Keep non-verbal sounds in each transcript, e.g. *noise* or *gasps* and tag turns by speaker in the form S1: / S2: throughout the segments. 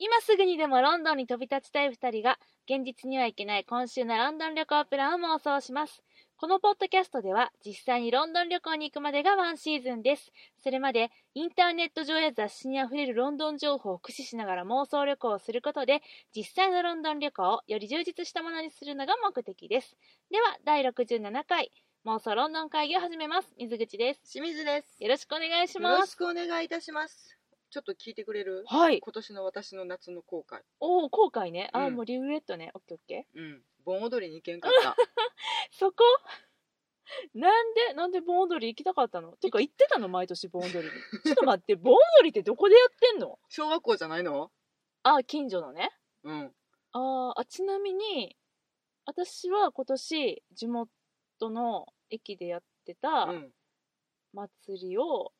S1: 今すぐにでもロンドンに飛び立ちたい2人が現実には行けない今週のロンドン旅行プランを妄想しますこのポッドキャストでは実際にロンドン旅行に行くまでがワンシーズンですそれまでインターネット上や雑誌にあふれるロンドン情報を駆使しながら妄想旅行をすることで実際のロンドン旅行をより充実したものにするのが目的ですでは第67回妄想ロンドン会議を始めます水口です
S2: 清水です。
S1: よろしくお願いし
S2: よろ
S1: ま
S2: し
S1: す
S2: くお願いいたします。ちょっと聞いてくれる
S1: はい
S2: 今年の私の夏の後悔。
S1: おお後悔ねあー、
S2: うん
S1: もうリグレットねオッケーオッケー
S2: うん。盆踊りに行けん
S1: *laughs*
S2: かった。
S1: そこなんでなんで盆踊り行きたかったのてか行ってたの毎年盆踊りにちょっと待って *laughs* 盆踊りってどこでやってんの
S2: 小学校じゃないの
S1: あ近所のね
S2: うん。
S1: あーあちなみに私は今年地元の駅でやって
S2: う
S1: た
S2: ん。
S1: 祭りを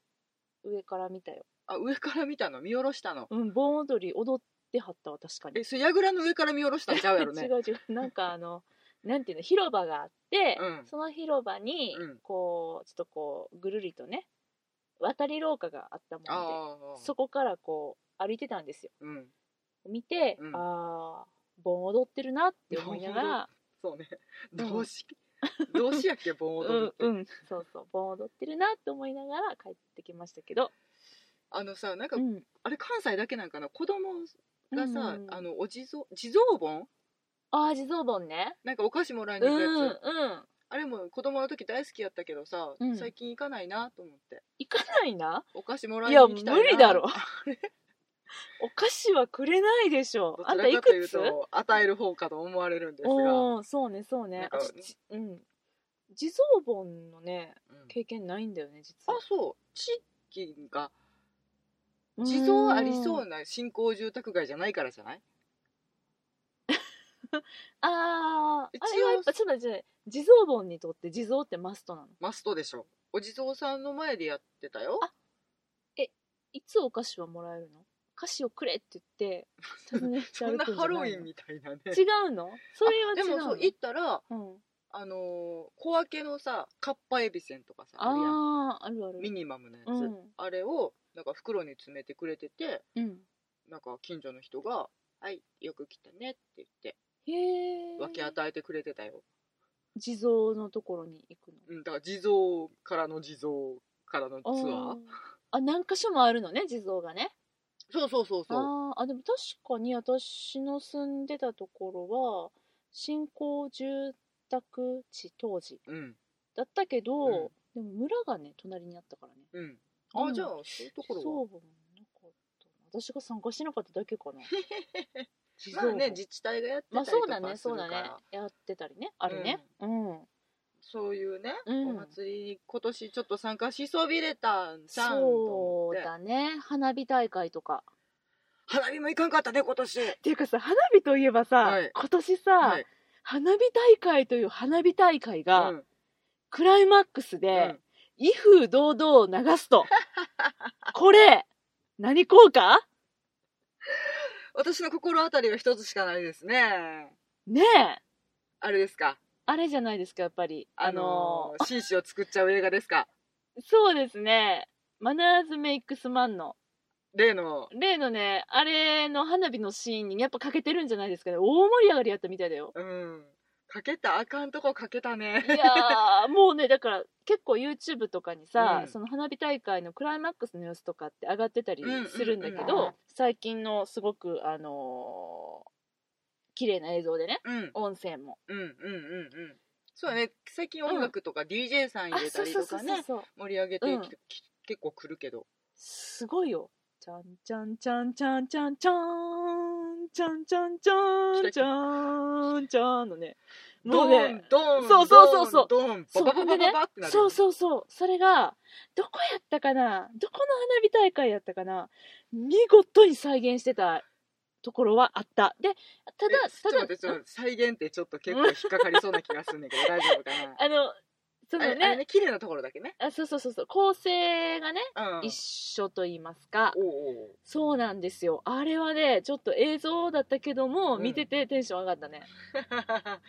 S1: 上から見たよ
S2: あ、上から見たの見下ろしたの。
S1: うん盆踊り踊ってはったわ確かに
S2: え、それ櫓の上から見下ろしたんちゃうや
S1: *laughs*
S2: ろ
S1: 違
S2: ね。
S1: う違うなんかあのなんていうの広場があって、
S2: うん
S1: その広場に
S2: うん
S1: こうちょっとこうぐるりとね渡り廊下があったもん
S2: ああ
S1: で。そこからこう歩いてたんですよ
S2: うん。
S1: 見て、
S2: うん
S1: ああ盆踊ってるなって思いながら
S2: そうね。
S1: うん
S2: 動 *laughs* 詞、動詞やっけ、 *laughs* 盆踊りって。
S1: うんうんそうそう盆踊ってるなって思いながら帰ってきましたけど、
S2: あのさ、なんか、
S1: うん、
S2: あれ関西だけなんかな子供がさ、
S1: うんうん
S2: あの、お地蔵、地蔵盆
S1: ああ地蔵盆ね
S2: なんかお菓子もらいに
S1: う
S2: 行
S1: ん
S2: くやつ。
S1: うん
S2: あれも子供の時大好きやったけどさ、
S1: うん
S2: 最近行かないなと思って
S1: 行かないな
S2: お菓子もら
S1: い
S2: いに
S1: や
S2: 行
S1: 無
S2: きたいな
S1: 理だろ *laughs*
S2: あれ
S1: お菓子はくれないでしょ
S2: ど
S1: あ
S2: ち
S1: ん
S2: ら
S1: たい
S2: かとい
S1: く
S2: う
S1: つ
S2: と与える方かと思われるんですが、うん
S1: おーそうねそうね
S2: なん
S1: あ
S2: か
S1: ちちうん地蔵盆のね経験ないんだよね実
S2: あ
S1: は
S2: そう地域が
S1: うーん
S2: 地蔵ありそうな新興住宅街じゃないからじゃない
S1: あーあれ
S2: 一応
S1: はやっぱちょっと待って地蔵盆にとって地蔵ってマストなの
S2: マストでしょお地蔵さんの前でやってたよ
S1: あいつお菓子はもらえるの菓子をくれって言
S2: *laughs*
S1: って尋ねて
S2: そ
S1: 歩
S2: んな
S1: くんじ
S2: ハ
S1: ゃ
S2: ロウ
S1: ない
S2: ィ
S1: の
S2: ンみたいなね
S1: 違うのそれは
S2: で
S1: 違う
S2: も
S1: の
S2: そう行ったら
S1: うん、
S2: あのー小分けのさかっぱえびせんとかさあるやん
S1: あああるある
S2: ミニマムのやつ、
S1: うん
S2: あれをなんか袋に詰めてくれてて
S1: うん
S2: なんか近所の人が「はいよく来たね」って言って
S1: へえ
S2: 分け与えてくれてたよ、
S1: 地蔵のところに行くの
S2: うん、だから地蔵からの地蔵からのツア
S1: あ
S2: ー
S1: ーあ何箇所もあるのね地蔵がね
S2: そうそうそうそう
S1: あーあでも確かに私の住んでたところは新興住宅地当時
S2: うん
S1: だったけど、
S2: うん
S1: でも村がね隣にあったからね
S2: うんあ、
S1: うん
S2: じゃあそういうところ
S1: そ
S2: は
S1: うもなかったな私が参加してなかっただけか *laughs* な地
S2: まあね
S1: 盆
S2: 自治体がやって
S1: ま
S2: た
S1: あ
S2: りと
S1: そうだね
S2: かす
S1: そ
S2: る
S1: うだ
S2: か
S1: ね
S2: ら
S1: やってたりねあるねうん、
S2: そういうね、
S1: うん
S2: お祭りに今年ちょっと参加しそびれたんちゃうんと
S1: そ
S2: 思
S1: う
S2: って
S1: だね花火大会とか
S2: 花火も行かんかったね今年
S1: っていうかさ花火といえばさ、
S2: はい
S1: 今年さ、
S2: はい、
S1: 花火大会という花火大会が、
S2: うん
S1: クライマックスで、
S2: うん
S1: 威風堂々を流すと。これ、何効果
S2: 私の心当たりは一つしかないですね
S1: ねえ。
S2: あれですか
S1: あれじゃないですか、やっぱり。あ
S2: あ
S1: の
S2: のー、紳士を作っちゃう映画ですか
S1: そうですね。マナーズメイクスマンの。
S2: 例の。
S1: 例のね、あれの花火のシーンにやっぱ欠けてるんじゃないですかね。大盛り上がりやったみたいだよ
S2: うんかけたあかんとこかけたね
S1: いやー、もうね、だから結構 YouTube とかにさ、
S2: うん
S1: その花火大会のクライマックスの様子とかって上がってたりするんだけど、
S2: うんうんうん
S1: 最近のすごく、あのー、綺麗な映像でね、
S2: うん
S1: 音声も。
S2: うんうんうんうんそうね最近音楽とか DJ さん入れたりとかね
S1: そう。
S2: 盛り上げてき、
S1: うん
S2: き結構来るけど
S1: すごいよ。ちゃんちゃんちゃんちゃんちゃんちゃんちゃんちゃんちゃんちゃんちゃんのね。もうね。
S2: ドン
S1: そ
S2: ド
S1: うそうそ
S2: ン
S1: うそう
S2: ドン
S1: そ
S2: ド
S1: う
S2: ンババババババってなる
S1: そうそうそう。それが、どこやったかなどこの花火大会やったかな見事に再現してたところはあった。で、ただ
S2: えちょっと、
S1: た
S2: 待ってちょ
S1: だ、
S2: っと待って再現ってちょっと結構引っかかりそうな気がするんだけど大丈夫かな
S1: あの、そ
S2: あれ
S1: の
S2: あれ
S1: ね、
S2: ね綺麗なところだけね
S1: あそうそうそうそう、構成がね、
S2: うん
S1: 一緒と言いますか。
S2: おうおうおう
S1: そうなんですよ。あれはね、ちょっと映像だったけども、
S2: うん
S1: 見ててテンション上がったね。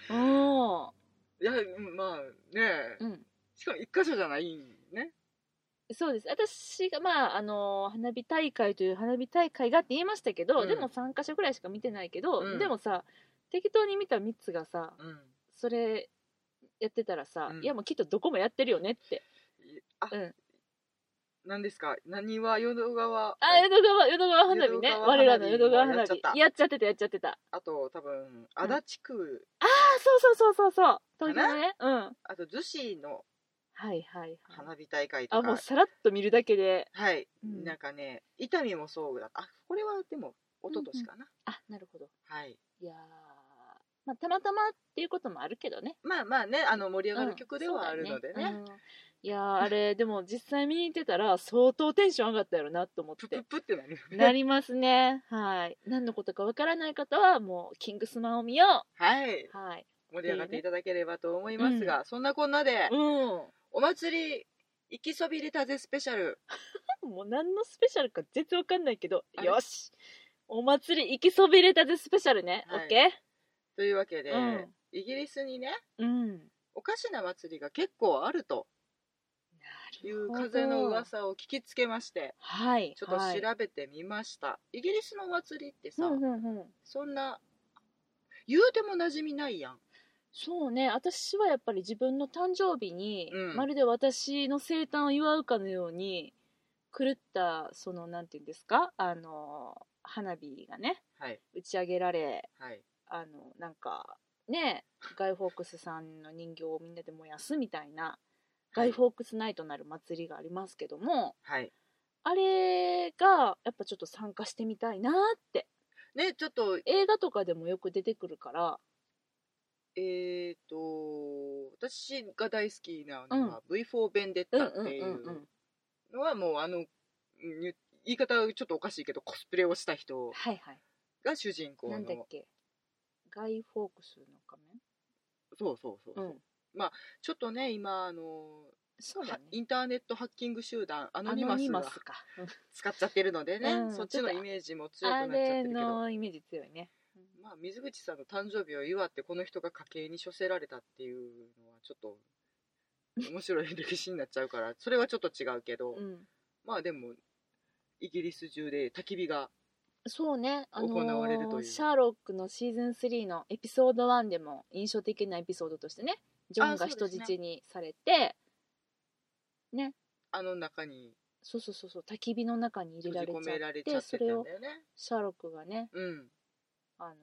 S1: うん。
S2: いやうんまあね
S1: うん。
S2: しかも一箇所じゃないね
S1: そうです私が、まあ、あの花火大会という花火大会がって言いましたけど、
S2: うん
S1: でも3か所ぐらいしか見てないけど、
S2: うん
S1: でもさ適当に見た3つがさ
S2: うん
S1: それやってたらさ、
S2: うん
S1: いやもうきっとどこもやってるよねって
S2: あ、
S1: うん
S2: 何ですか何は淀川
S1: あ淀川淀川花火ね
S2: 淀川花火
S1: 我らの淀川花
S2: やっちゃった
S1: 火やっちゃってたやっちゃってた
S2: あと多分足立区、
S1: あそうそうそうそうそう東京のねうん
S2: あと逗子の
S1: はいはいはい
S2: 花火大会と
S1: あ
S2: か、
S1: もうさらっと見るだけで
S2: はい、
S1: うん
S2: なんかね伊丹もそうだったあこれはでも一昨年かな、
S1: あなるほど
S2: はい
S1: いやーまあたまたまっていうこともあるけどね
S2: まあまあねあの盛り上が
S1: う
S2: る
S1: ん
S2: 曲ではあるのでね,、
S1: そうだようんいやーあれでも実際見に行ってたら相当テンション上がったやろなと思っ
S2: プ
S1: て
S2: ププってなるよ
S1: な
S2: ね
S1: りますねはい何のことかわからない方はもうキングスマンを見よ
S2: はい、
S1: うはい
S2: 盛り上がっていただければと思いますが、そんなこんなで、
S1: うん
S2: お祭り行きそびれたぜスペシャル
S1: もう何のスペシャルか全然わかんないけど
S2: あれ
S1: よしお祭り行きそびれたぜスペシャルね、
S2: はい
S1: オッケ
S2: というわけで、
S1: うん
S2: イギリスにね
S1: ーうんな
S2: おかしな祭りが結構あるとい
S1: る
S2: う
S1: ほど
S2: 風の噂を聞きつけまして
S1: はい
S2: ちょっと調
S1: はい
S2: べてみました、イギリスのお祭りってさ、
S1: うんうんうん
S2: そんな言うても馴染みないやん
S1: そうね私はやっぱり自分の誕生日に、
S2: うん
S1: まるで私の生誕を祝うかのように狂ったそのなんていうんですかあの花火がね
S2: はい
S1: 打ち上げられ
S2: はい
S1: あのなんかねガイ・フォークスさんの人形をみんなで燃やすみたいなガイ・フォークスナイトなる祭りがありますけども
S2: はい
S1: あれがやっぱちょっと参加してみたいなって
S2: ねちょっと
S1: 映画とかでもよく出てくるから
S2: えー、と私が大好きなのは、V4 ベンデッタっていうのはもうあのうん言い方はちょっとおかしいけどコスプレをした人
S1: はいはい
S2: が主人公
S1: なんだっ
S2: の
S1: けガイ・フォークスの仮
S2: そうそうそうそう、
S1: 面うん
S2: ちょっとね今あの
S1: そうだ
S2: は
S1: ね
S2: インターネットハッキング集団ア
S1: ア
S2: ノニマスが
S1: か
S2: 使っちゃってるのでね、
S1: うん
S2: そっち
S1: ちょっ
S2: の
S1: と
S2: イメージも強く
S1: あ
S2: なっちゃって
S1: れ
S2: るけど、
S1: のイメージ強いね
S2: まあ、水口さんの誕生日を祝ってこの人が家計に処せられたっていうのはちょっと面白い歴史になっちゃうから *laughs* それはちょっと違うけど、
S1: うん
S2: まあでもイギリス中で焚き火が
S1: そうねあのー
S2: 行われるという
S1: シャーロックのシーズン3のエピソード1でも印象的なエピソードとしてねジョンが
S2: あそ
S1: 人
S2: うですね
S1: 質にされて
S2: あの中に
S1: そうそうそうそう焚き火の中に入れら
S2: 閉じ
S1: れ
S2: 込め
S1: ちゃ
S2: ら
S1: っ
S2: れ
S1: て
S2: ちゃって
S1: そ
S2: たん
S1: れ
S2: だ
S1: を
S2: よね
S1: シャーロックがね
S2: うん
S1: あの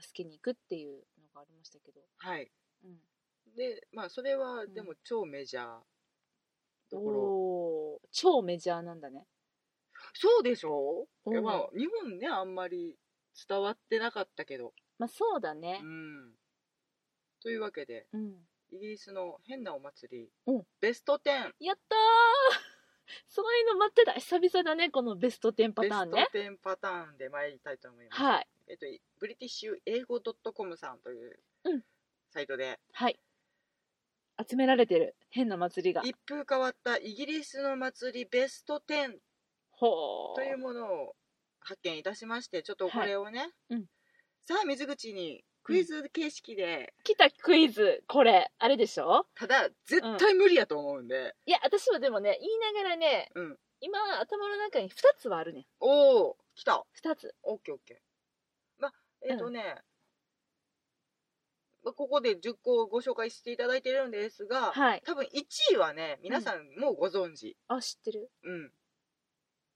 S1: 助けに行くっていうのがありましたけど、
S2: はい
S1: うん、
S2: でまあそれは
S1: ん
S2: でも超メジャーところ、
S1: おー超メジャーなんだね
S2: そうでしょ、
S1: うん
S2: まあ日本ねあんまり伝わってなかったけど
S1: まあそうだね
S2: うんというわけで
S1: うん
S2: イギリスの変なお祭り、
S1: うん
S2: ベスト10
S1: やったー *laughs* そういうの待ってた久々だねこのベスト10パターンね
S2: ベスト10パターンで参りたいと思います、
S1: はい
S2: えっと、ブリティッシュ英語 .com さんという
S1: うん
S2: サイトで、
S1: はい集められてる変な祭りが
S2: 一風変わったイギリスの祭りベスト10
S1: ほー
S2: というものを発見いたしましてちょっとこれをね、
S1: うん
S2: さあ水口にクイズ形式で、
S1: 来たクイズこれあれでしょ
S2: ただ絶対無理やと思うんで、
S1: いや私はでもね言いながらね、
S2: うん
S1: 今頭の中に2つはあるね
S2: おお来た
S1: 2つ
S2: オッケーオッケー。まあ、えっ、とね、まあここで10個ご紹介していただいてるんですが、
S1: はい
S2: 多分1位はね、皆さんもうご存知。
S1: あ知ってる
S2: うん。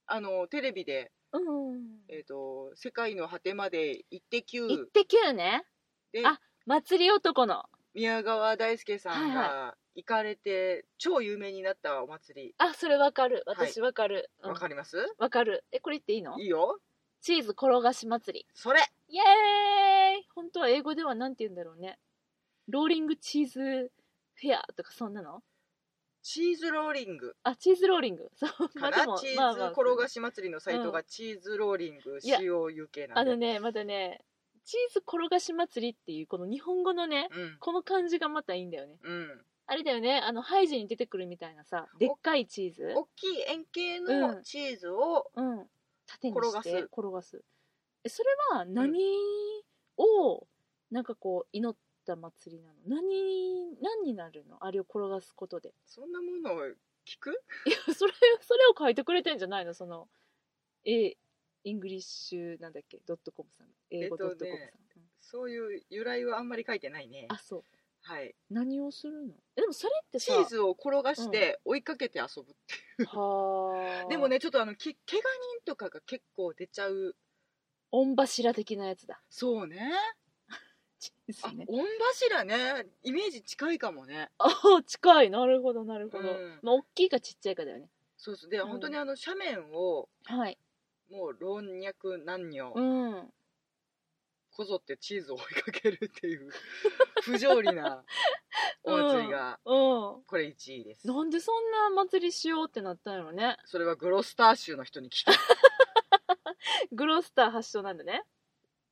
S2: あの、テレビで、
S1: うん
S2: えっ、と、世界の果てまでイッテ Q
S1: イッテ Q ね
S2: で、
S1: あ祭り男の
S2: 宮川大輔さん
S1: はい
S2: が行かれて、超有名になったお祭
S1: あそれわかる
S2: はい
S1: 私わかる
S2: り。
S1: うん
S2: わかります、
S1: わかるえこれ言っていいの
S2: いいよ。
S1: チーズ転がし祭り
S2: それ
S1: イエーイ本当は英語ではなんて言うんだろうね。ローリングチーズフェアとかそんなの
S2: チーズローリング
S1: あ、チーズローリング。 *laughs* そう、
S2: か
S1: まあで
S2: な、
S1: も
S2: チーズ
S1: まあまあ
S2: 転がし祭りのサイト
S1: う
S2: がチーズローリング
S1: いや
S2: COUK な
S1: あ
S2: んで。
S1: のね、またね、チーズ転がし祭りっていうこの日本語のね、
S2: うん。
S1: この感じがまたいいんだよね。
S2: うん、
S1: あれだよね、あの、ハイジに出てくるみたいなさ、でっかいチーズ。
S2: 大きい円形
S1: う
S2: の
S1: ん
S2: チーズを、
S1: うん。縦にして転
S2: 転
S1: が
S2: が
S1: す
S2: す。
S1: え、それは何を、なんかこう、祈った祭りなの何、何になるのあれを転がすことで。
S2: そんなものを聞く
S1: いや *laughs* それそれを書いてくれてんじゃないのそのえイングリッシュなんだっけドットコムさん英語ドットコムさん、
S2: えっそういう由来はあんまり書いてないね
S1: うんあそう
S2: はい
S1: 何をするのえでもそれって
S2: チ
S1: さ
S2: ーズを転がして追いかけて遊ぶって
S1: はあ
S2: でもねちょっとあのけ怪我人とかが結構出ちゃう
S1: 御柱的なやつだ
S2: そうね
S1: チー
S2: あ
S1: ズね
S2: 御柱ねイメージ近いかもね
S1: ああ近いなるほどなるほど、
S2: うん
S1: まあ大きいかちっちゃいかだよね
S2: そうそうで、
S1: うん
S2: 本当にあの斜面を
S1: はい
S2: もう老若男女
S1: うん
S2: こぞってチーズを追いかけるっていう不条理
S1: *laughs*
S2: なお祭りが
S1: うん
S2: これ1位です、
S1: なんでそんな祭りしようってなったんやろね
S2: それはグロスター州の人に聞く
S1: グロスター発祥なんだね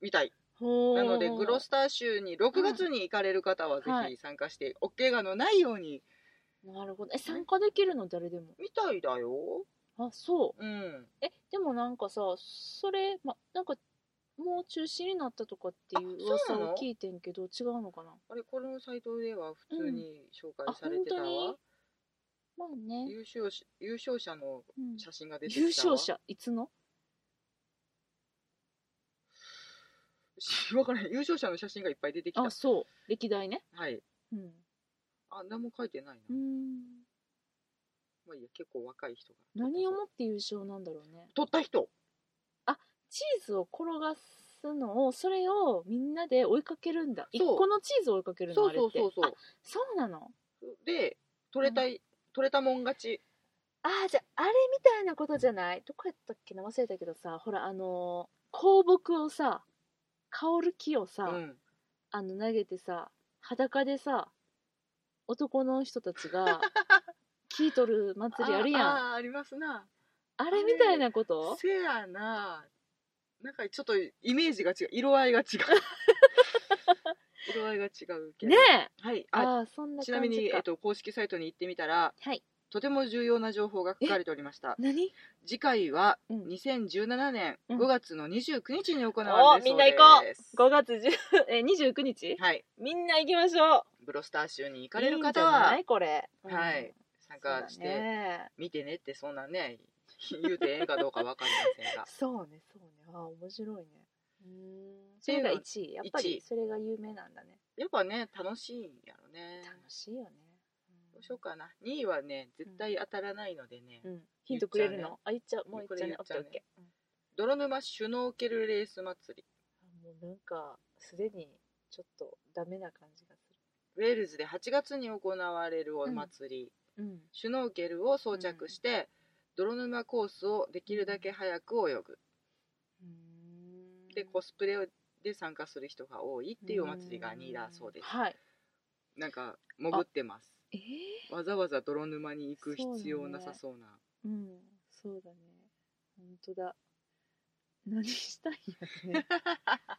S2: み
S1: *laughs*
S2: たい
S1: ほー
S2: なのでグロスター州に6月に行かれる方はぜ
S1: は
S2: ひ参加して、お怪我のないように
S1: なるほどえ参加できるの誰でも
S2: みたいだよ
S1: あそう
S2: うん
S1: えでもなんかさそれまなんかもう中止になったとかっていう
S2: あそ
S1: 噂
S2: うなの
S1: を聞いてんけど違うのかな
S2: あれこれのサイトでは普通に紹
S1: あ
S2: 介され
S1: 本
S2: てた
S1: 当に
S2: わ、
S1: まあね、
S2: 優勝し優勝者の
S1: うん
S2: 写真が出てきたわ
S1: 優勝者いつの
S2: *laughs* 分からない優勝者の写真がいっぱい出てきた
S1: あそう歴代ね
S2: はい
S1: うん
S2: あ何も書いてないな、
S1: うん
S2: まあいいや結構若い人が
S1: 何をもって優勝なんだろうね
S2: 取った人
S1: チーズを転がすのをそれをみんなで追いかけるんだ
S2: そ
S1: 一
S2: う
S1: 個のチーズを追いかけるの
S2: そう
S1: あれ
S2: そ
S1: っ
S2: う
S1: て
S2: そうそう
S1: あそうなの
S2: で取れたい、取れたもん勝ち
S1: あーじゃああれみたいなことじゃないどこやったっけな忘れたけどさほらあのー香木をさ香る木をさ、
S2: うん
S1: あの投げてさ裸でさ男の人たち *laughs* が聞いとる祭りあるやんあ
S2: ああありますな
S1: れみたいなこと
S2: せやななんかちょっとイメージが違う色合いが違
S1: *laughs*
S2: う色合いが違うけど
S1: ねえ
S2: はいあ
S1: ああーそんな感じか
S2: ちなみに、えっと、公式サイトに行ってみたら
S1: はい
S2: とても重要な情報が書かれておりました
S1: 何
S2: 次回は
S1: うん
S2: 2017年
S1: うん
S2: 5月の29日に行われるそう
S1: お
S2: です、
S1: みんな行こ5月10え29日
S2: はい
S1: みんな行きましょう
S2: ブロスター州に行かれ
S1: いい
S2: る
S1: んじ
S2: 方
S1: ゃ
S2: は
S1: ないこれ、
S2: はい参加し
S1: そうだ
S2: て
S1: ね
S2: 見てねってそんなね言うてええんかどうかわかりませんが
S1: そうねそうねあー面白いねうーん
S2: て
S1: そ
S2: い
S1: れ
S2: うの
S1: が1位やっぱ
S2: 一
S1: り
S2: 位
S1: それが有名なんだね
S2: やっぱね楽しいんやろね
S1: 楽しいよね
S2: どうしようかな2位はね絶対当たらないのでね、
S1: うん、ヒントくれる
S2: 言っちゃう
S1: のあ言っちゃうもう言っちゃうね
S2: こ
S1: オッケ
S2: れ
S1: ーオッケー
S2: 泥沼シュノーケルレース祭り
S1: うんあもうなんかすでにちょっとダメな感じがす
S2: ウェールズで8月に行われるお祭り、
S1: るうん
S2: シュノーケルを装着して、泥沼コースをできるだけ早く泳ぐでコスプレで参加する人が多いっていうお祭りが2位だそうです
S1: はい
S2: なんか潜ってます
S1: えー、
S2: わざわざ泥沼に行く必
S1: そう
S2: 要
S1: だ
S2: な
S1: ね
S2: さそうな
S1: *laughs* うんそうだね本当だ何したいん
S2: *laughs*
S1: やね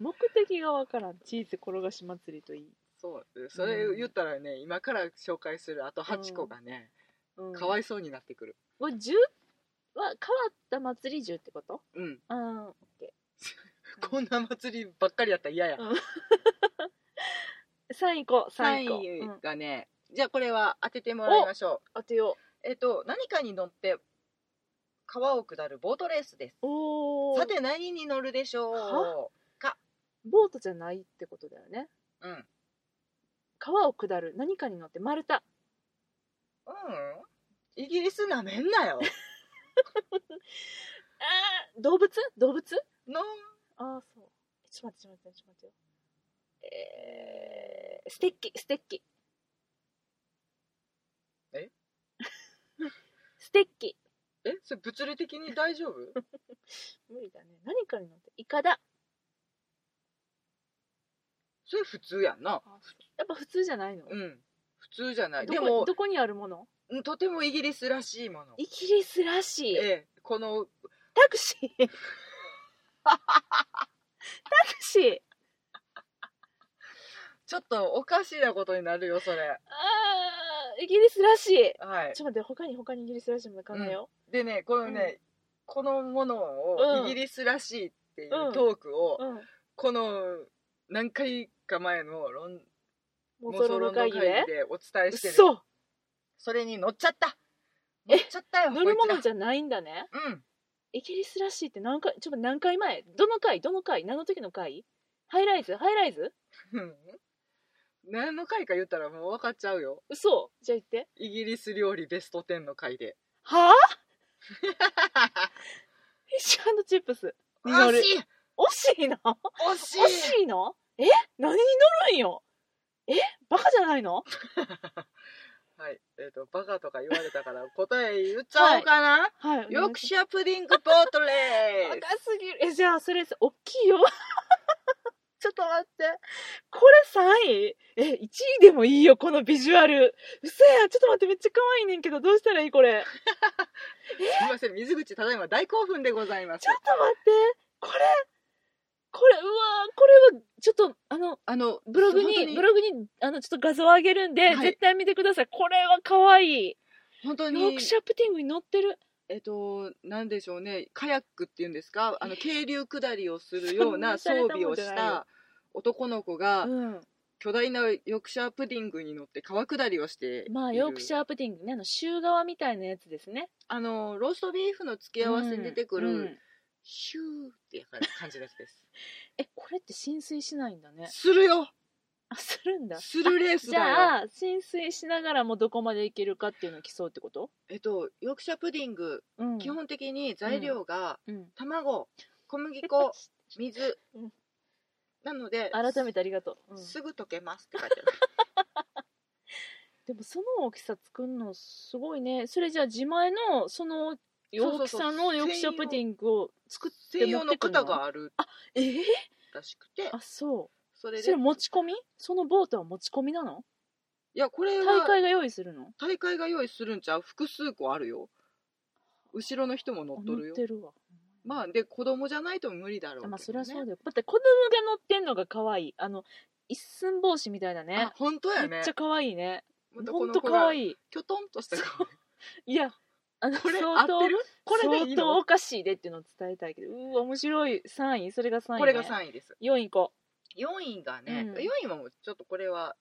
S1: 目的がわからんチーズ転がし祭りといい、
S2: そうそれ言ったらね、今から紹介するあと8個がね、
S1: うん、
S2: かわいそうになってくる
S1: これ10は変わった祭り10ってこと
S2: うん、
S1: うんオッケうん
S2: こんな祭りばっかりやったら嫌や、
S1: うんー3位行こう3
S2: 3
S1: 位行こう、うん
S2: 位がね、じゃあこれは当ててもらいましょ
S1: 当てよ
S2: うえっと何かに乗って川を下るボートレースです
S1: うおお
S2: さて何に乗るでしょ
S1: は
S2: う
S1: ボートじゃないってことだよね
S2: うんうん
S1: 川を下る何かに乗って丸太
S2: イギリスなめんなよ *laughs*
S1: あー *laughs* 動物動物
S2: の
S1: ああそうちょっと待ってちょっと待ってちょっと待ってよえー、ステッキステッキ
S2: え
S1: *laughs* ステッキ
S2: えそれ物理的に大
S1: *laughs*
S2: 丈夫
S1: 無理だね何かに乗ってイカだ
S2: それ普通やんな
S1: やっぱ普通じゃないの、
S2: うん普通じゃない
S1: ど
S2: で
S1: こ
S2: も
S1: どこにあるもの
S2: うんとてもイギリスらしいもの
S1: イギリスらしい
S2: ええこの
S1: タクシ *laughs* ータクシー
S2: ちょっとおかしいなことになるよそれ
S1: あーイギリスらしい
S2: はい
S1: ちょっと待って他に他にイギリスらしいもの考えよ
S2: でねこのね、
S1: うん
S2: このもの
S1: う
S2: を
S1: ん
S2: イギリスらしいっていう
S1: うん
S2: トークを、
S1: う、うん
S2: この何回か前のロン
S1: モトロの会議
S2: モトロ
S1: で
S2: の会議でお伝えしてる
S1: 嘘
S2: それに乗っちゃった乗っちゃったよ
S1: 乗るものじ
S2: ゃ
S1: ゃないんだね
S2: うん
S1: イギリスらしいって何回ちょっと何回前どの回どの回何の時の回ハイライズハイライズ
S2: うん何の回か言ったらもう分かっちゃうよ
S1: 嘘じゃあ言って
S2: イギリス料理ベスト10の回で
S1: はあフィッシュチップスに *laughs* 乗る
S2: 惜しい
S1: 惜しいな
S2: 惜しい
S1: 惜しいのえ何に乗るんよえバカじゃないの
S2: はいえっ、とバカとか言われたから答え言っちゃおうかな、
S1: はい
S2: ヨーク
S1: し
S2: シャープディングポートレー
S1: バカすぎるえじゃあそれさ大きいよ *laughs* ちょっと待ってこれ3位え1位でもいいよこのビジュアルうせやちょっと待ってめっちゃ可愛いねんけどどうしたらいいこれ
S2: すみません水口ただいま大興奮でございます
S1: ちょっと待ってこれこれうわーこれはちょっとあの
S2: あの
S1: ブログ
S2: 本当
S1: にブログにあのちょっと画像を上げるんで、
S2: はい
S1: 絶対見てくださいこれは可愛い
S2: 本当
S1: ヨ
S2: に
S1: ークシャープティングに乗ってる
S2: えっと、なんでしょうね、カヤックっていうんですか、あの渓流下りをするような
S1: そんな
S2: 装
S1: おしゃれなもん
S2: 備を
S1: じゃ
S2: し
S1: ないよ
S2: た男の子が、
S1: うん
S2: 巨大なヨークシャープディングに乗って川下りをしている、
S1: まあヨークシ
S2: ー
S1: ャープティングねあの週側みたいなやつですね
S2: あのローストビーフの付け合わせに出てくる、
S1: うんうん
S2: ヒューっていう感じのやつです。
S1: えこれって浸水しないんだね
S2: するよ
S1: あするんだ
S2: するレース
S1: じ
S2: だよ
S1: ゃあ浸水しながらもどこまでいけるかっていうのを競うってこと、
S2: えっと、ヨークシャープディング、
S1: うん、
S2: 基、本的に材料が
S1: うん、
S2: 卵、小麦
S1: *laughs*
S2: 粉、水
S1: うん。
S2: なので、
S1: 改めてありがとう、うん
S2: すぐ溶けますって書いて
S1: *laughs*
S2: ある。
S1: でもその大きさ作るのすごいねそれじゃあ自前のその大きさのヨークシャープディン
S2: ング
S1: グを作っ
S2: 専用の
S1: 持ってくの
S2: 型がある
S1: えー、
S2: らしくて
S1: あそ
S2: それ
S1: う
S2: で
S1: それ持ち込みそのボートは持ち込みなの
S2: いやこれ
S1: 大
S2: は
S1: 会が用意するの
S2: 大会が用意するんちゃう複数個あるよ後ろの人も乗っとる
S1: あ乗
S2: よ
S1: ってるわ
S2: まあで子供じゃないと無理だろうけど、ね、
S1: まあそりゃそうだよだって子供が乗ってんのが可愛いあの一寸帽子みたいだね
S2: あ本当や
S1: め
S2: ね
S1: っちゃ可愛いね
S2: また
S1: ほ
S2: こ
S1: ん
S2: の
S1: と
S2: 子が
S1: 可愛い
S2: きょとんとした顔
S1: いやあの
S2: *laughs* これ合
S1: 相当
S2: ってるこれでいい
S1: 相当
S2: の
S1: おかしいでっていうのを伝えたいけどうわ面白い3位それが3位、ね、
S2: これが3位です
S1: 4位行こ
S2: 4位がね、
S1: うん
S2: 4位はもうちょっとこれは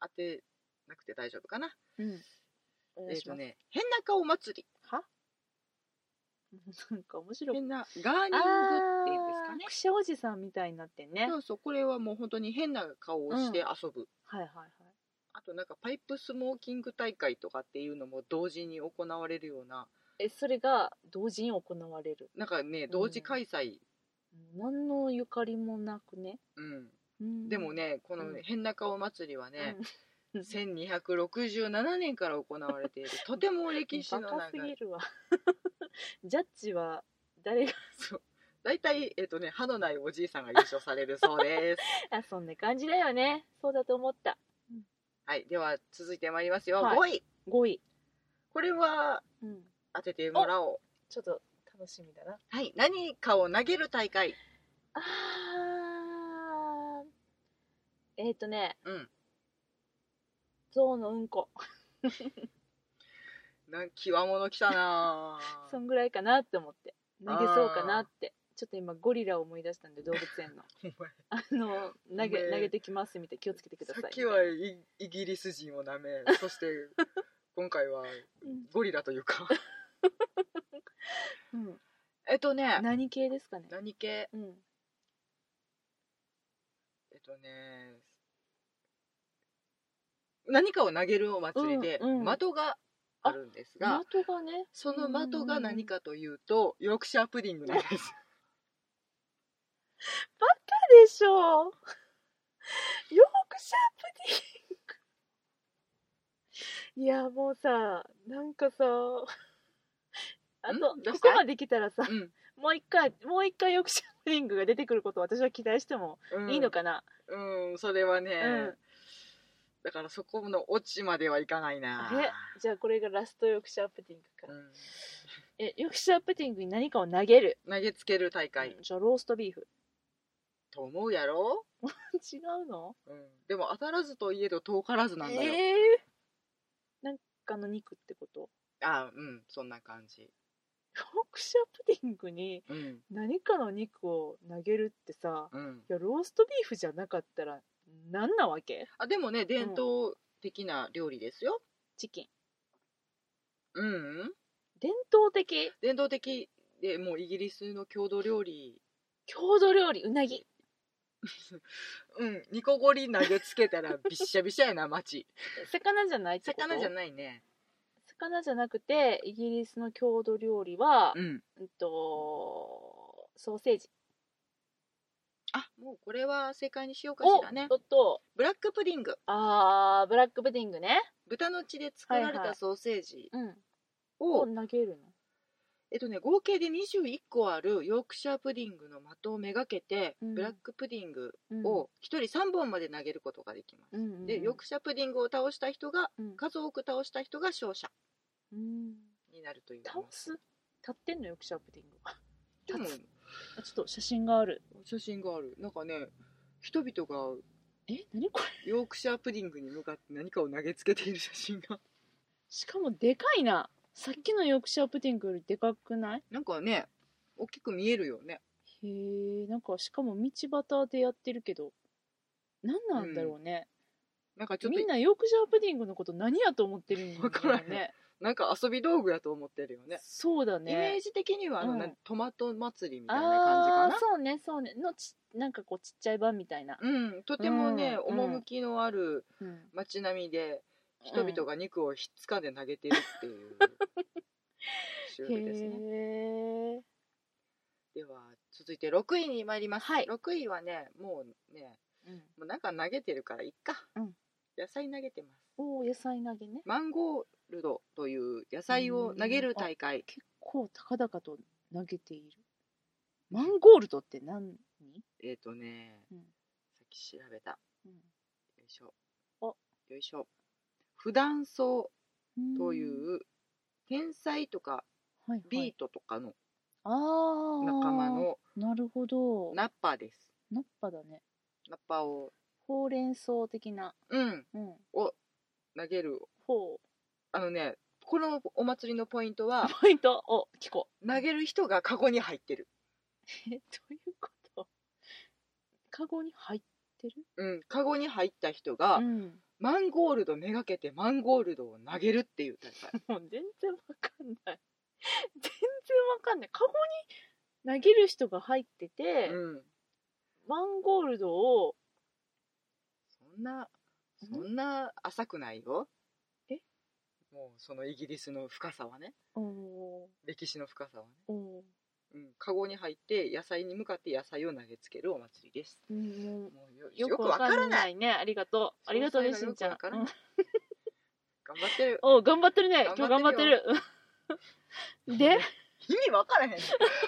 S2: 当てなくて大丈夫かな
S1: う、うん、お願
S2: え
S1: い
S2: っ、
S1: し
S2: と
S1: ます、
S2: ね変な顔祭り
S1: は *laughs* なんか面白い
S2: 変なガーニングっていうんですか
S1: あ
S2: ね
S1: ーくしゃおじさんみたいになってんね、
S2: そ
S1: は
S2: うそうこれはもう本当に変な顔をして遊ぶ、
S1: いはいはい
S2: あとなんかパイプスモーキング大会とかっていうのも同時に行われるような
S1: えそれが同時に行われる
S2: なんかね同時開催、
S1: 何のゆかりもなくね、
S2: うん
S1: うん
S2: でもねこの
S1: うん
S2: 変な顔祭りはね、
S1: うん
S2: 1267年から行われて
S1: *laughs*
S2: いるとても歴史の
S1: バカす
S2: 長
S1: ぎ
S2: い
S1: るわジャッジは誰が *laughs*
S2: そう大体、えっとね、歯のないおじいさんが優勝されるそうです
S1: あそんな感じだよねそうだと思った
S2: はいでは続いてまいりますよ、
S1: はい
S2: 5位
S1: 5位、
S2: これは
S1: うん、
S2: 当ててもらおう
S1: ちょっと楽しみだな
S2: はい何かを投げる大会
S1: あーえっ、ー、とね
S2: うん
S1: 象のうんこ
S2: なんきわもの来たな
S1: *laughs* そんぐらいかなって思って投げそうかなってちょっと今ゴリラを思い出したんで動物園
S2: *laughs*
S1: の
S2: お前
S1: あの投げ
S2: おめえ
S1: 投げてきますみたいな気をつけてください
S2: さ
S1: み
S2: っ
S1: た
S2: き
S1: いな
S2: はイイギリス人をなめ
S1: *laughs*
S2: そして今回は
S1: うん
S2: ゴリラとい
S1: *laughs*
S2: うか
S1: うん
S2: えっとね
S1: 何系ですかね
S2: 何系
S1: うん
S2: えっとね何かを投げるお祭りで、
S1: うんうん
S2: 的があるんですが、
S1: 的がね
S2: その的が何かというとヨークシャープディングなんです
S1: *laughs* でしょうヨークシャープディングいやもうさなんかさあと
S2: んどう
S1: こ
S2: した
S1: こまで来たらさ
S2: うん
S1: もう一回もう一回ヨークシャープディングが出てくることを私は期待しても
S2: う
S1: *laughs*
S2: ん
S1: いいのかな、
S2: うんそれはね、
S1: うん
S2: だからそこのオチまではいかないな
S1: えじゃあこれがラストヨークシャープディング
S2: う
S1: か、
S2: ん
S1: えヨークシャープディングに何かを投げる、
S2: 投げつける大会
S1: じゃあローストビーフ *laughs*
S2: と思うやろ、
S1: 違うの
S2: うんでも当たらずといえど遠からずなんだよ、
S1: えーなんかの肉ってこと
S2: あうんそんな感じ、
S1: ヨークシャープディングに
S2: うん
S1: 何かの肉を投げるってさ
S2: うん、
S1: いやローストビーフじゃなかったら何なわけ
S2: あでもね伝統的な料理ですよ、
S1: チキン
S2: うんうん
S1: 伝統的
S2: 伝統的でもうイギリスの郷土料理
S1: 郷土料理うなぎ
S2: うんニコゴリ投げつけた *laughs* らびっしゃびしゃやな街
S1: 魚じゃないってこと
S2: 魚じゃないね
S1: 魚じゃなくてイギリスの郷土料理は、
S2: うん
S1: うんとソーセージ
S2: あもうこれは正解にしようかし
S1: お
S2: らね
S1: ちょっと
S2: ブラックプディング
S1: あーブラックプディングね
S2: 豚の血で作られ
S1: はいは
S2: た
S1: い
S2: ソーセージ
S1: うん
S2: を、
S1: を投げる
S2: えっとね、合計で21個あるヨークシャープディングの的をめがけて、
S1: うん
S2: ブラックプディング
S1: の
S2: を1人3本まで投げることができます、
S1: うんうん
S2: でヨークシャープディングを倒した人が
S1: うん
S2: 数多く倒した人が勝者
S1: うん
S2: になるという
S1: 倒す立ってんのよくシャープディングが
S2: でも
S1: *laughs* 立あちょっと写真がある
S2: 写真があるなんかね人々が
S1: え何これ *laughs*
S2: ヨークシャープディングに向かって何かを投げつけている写真が
S1: しかもでかいなさっきのヨークシャープディングよりでかくない
S2: なんかね大きく見えるよね
S1: へえんかしかも道端でやってるけど何なんだろうね、
S2: なんかちょっと
S1: みんなヨークシャープディングのこと何やと思ってるんだろ
S2: わから
S1: う
S2: へ
S1: ね
S2: なんか遊び道具やと思ってるよね
S1: そうだね
S2: イメージ的にはあの、
S1: うん
S2: なんトマト祭りみたいな感じか
S1: あ
S2: な
S1: ーそうねそうねのちなんかこうちっちゃい版みたいな、
S2: うん、とてもね、
S1: うん
S2: 趣のある
S1: うん
S2: 街並みで人々が肉をひっつかんで投げてるっていう
S1: *laughs*
S2: 種類ですね。
S1: へえ
S2: では続いて6位に参ります、
S1: はい
S2: 6位はねもうねもうなんか投げてるからいっか、
S1: うん
S2: 野菜投げてます
S1: おお野菜投げね
S2: マンゴールドという野菜を投げる大会
S1: 結構高々と投げているマンゴールドって何、
S2: えっ、とね
S1: うん
S2: さっき調べたよ
S1: う
S2: いしょ
S1: お
S2: よいしょ普段草
S1: ん
S2: という天才とか
S1: はいはい
S2: ビートとかの
S1: あー
S2: 仲間の
S1: なるほどナ
S2: ナッパーです
S1: ッパだね
S2: ナッパーを
S1: ほうれん草的な
S2: うん
S1: うん
S2: 投げる
S1: ほう
S2: あのねこのお祭りのポイン
S1: *laughs*
S2: トは
S1: ポイントを聞こう
S2: 投げる人がカゴに入ってる
S1: えどういうことカゴに入ってる
S2: うんカゴに入った人が、
S1: ん
S2: マンゴールドめがけてマンゴールドを投げるっていう大会
S1: もう全然わかんない *laughs* 全然わかんないカゴに投げる人が入ってて、
S2: うん
S1: マンゴールドを
S2: そんなそんな浅くないよ
S1: え
S2: もうそのイギリスの深さはね
S1: お
S2: 歴史の深さはね
S1: ーお
S2: うんカゴに入って野菜に向かって野菜を投げつけるお祭りです
S1: ーうん
S2: もうよ
S1: よ
S2: よ
S1: く
S2: く
S1: わ
S2: わ
S1: か
S2: からら
S1: な
S2: ない
S1: いねありがとうありがとうねし
S2: 詳細が
S1: ん
S2: よ
S1: ち
S2: く
S1: ゃん
S2: わから
S1: う
S2: なんい頑張ってる
S1: おう頑張ってるね今日頑
S2: 頑
S1: 張
S2: 張
S1: っ
S2: ってて
S1: る *laughs*
S2: る *laughs*
S1: で
S2: 意味わからへん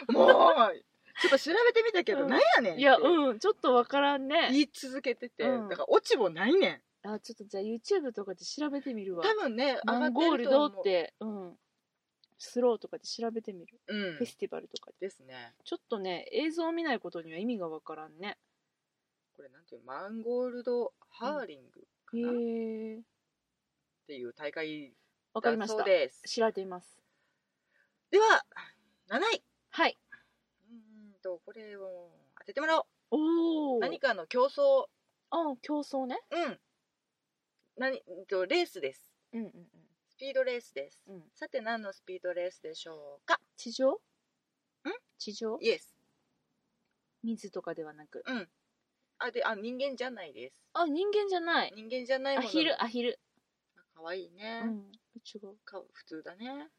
S2: もうちょっと調べてみたけど、
S1: うん
S2: なんやねんって
S1: いやうんちょっとわからんね
S2: 言い続けてて、
S1: うん
S2: だから落ちもないねん
S1: あちょっとじゃあ YouTube とかで調べてみるわ
S2: 多分ね
S1: マンゴ
S2: 上
S1: ー
S2: がって
S1: ル
S2: ると
S1: ド
S2: 思う
S1: ってうんスローとかで調べてみる、
S2: うん
S1: フェスティバルとかで
S2: ですね
S1: ちょっとね映像を見ないことには意味がわからんね
S2: これなんていうマンゴールドハーリングか
S1: へ
S2: な、っ
S1: え
S2: ていう大会
S1: わかりま
S2: だ
S1: し
S2: そう
S1: た
S2: です
S1: 調べています
S2: では7位
S1: はい
S2: うんとこれを当ててもらおう
S1: おお
S2: 何かの競争
S1: あ競争ね
S2: うん何うんとレースです
S1: うんうんうん
S2: スピードレースです、
S1: うん
S2: さて何のスピードレースでしょうか
S1: 地上
S2: ん
S1: 地上
S2: イエス
S1: 水とかではなく
S2: あであ人間じゃないです
S1: あ人間じゃない
S2: 人間じゃない
S1: ア
S2: もの
S1: ヒルアヒル
S2: かわいいね、
S1: うん違う
S2: か普通だね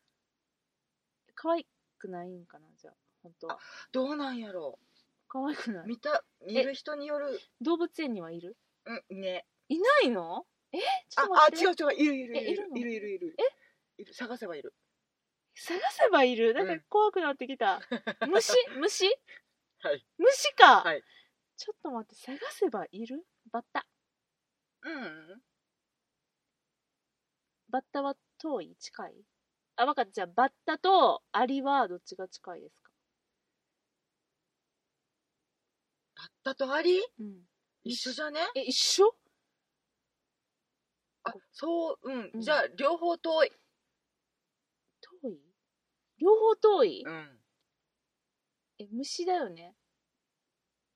S1: 可愛くないんかなじゃあ本当は
S2: どうなんやろ
S1: 可愛くな
S2: う
S1: い
S2: 見た見る人による
S1: 動物園にはいる
S2: うんね
S1: いないのえちょ
S2: あ
S1: っと待
S2: あ
S1: って
S2: 違う違ういるいる
S1: え
S2: い
S1: いる
S2: る
S1: の
S2: いるいるいるいる探せばいる
S1: 探せばいるなん
S2: う
S1: か
S2: ん
S1: 怖くなってき *laughs* た、虫虫
S2: はい
S1: 虫か、
S2: はい
S1: ちょっと待って探せばいるバッタ
S2: *laughs* うん
S1: バッタは遠い近いあ分かったじゃあバッタとアリはどっちが近いですか
S2: バッタとアリ
S1: うん
S2: 一緒じゃね
S1: え一緒
S2: あそううん、
S1: うん
S2: じゃあ両方遠い
S1: 遠い両方遠い、
S2: ん
S1: え虫だよね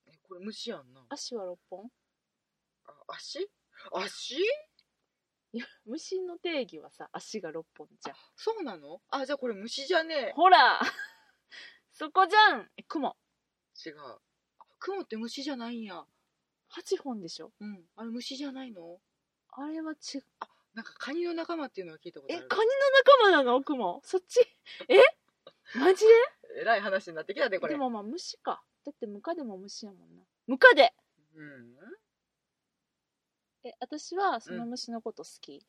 S2: えこれ虫やんな
S1: 足は6本
S2: あ足足
S1: えいや虫の定義はさ足が6本じゃん
S2: そうなのあじゃあこれ虫じゃね
S1: ほら *laughs* そこじゃんえ雲
S2: え違うあ雲って虫じゃないんや
S1: 8本でしょ
S2: うんあれ虫じゃないの
S1: あれは違う
S2: なんかカニの仲間っていうのは聞いたこと
S1: え
S2: あ
S1: カニ
S2: る
S1: の仲間なの雲そっちえマジ
S2: えらい話になってきたねこ
S1: で
S2: れ
S1: でもまあ虫かだってムカデも虫やもんなムカデ
S2: うん
S1: え私はその虫のこと好き、
S2: 好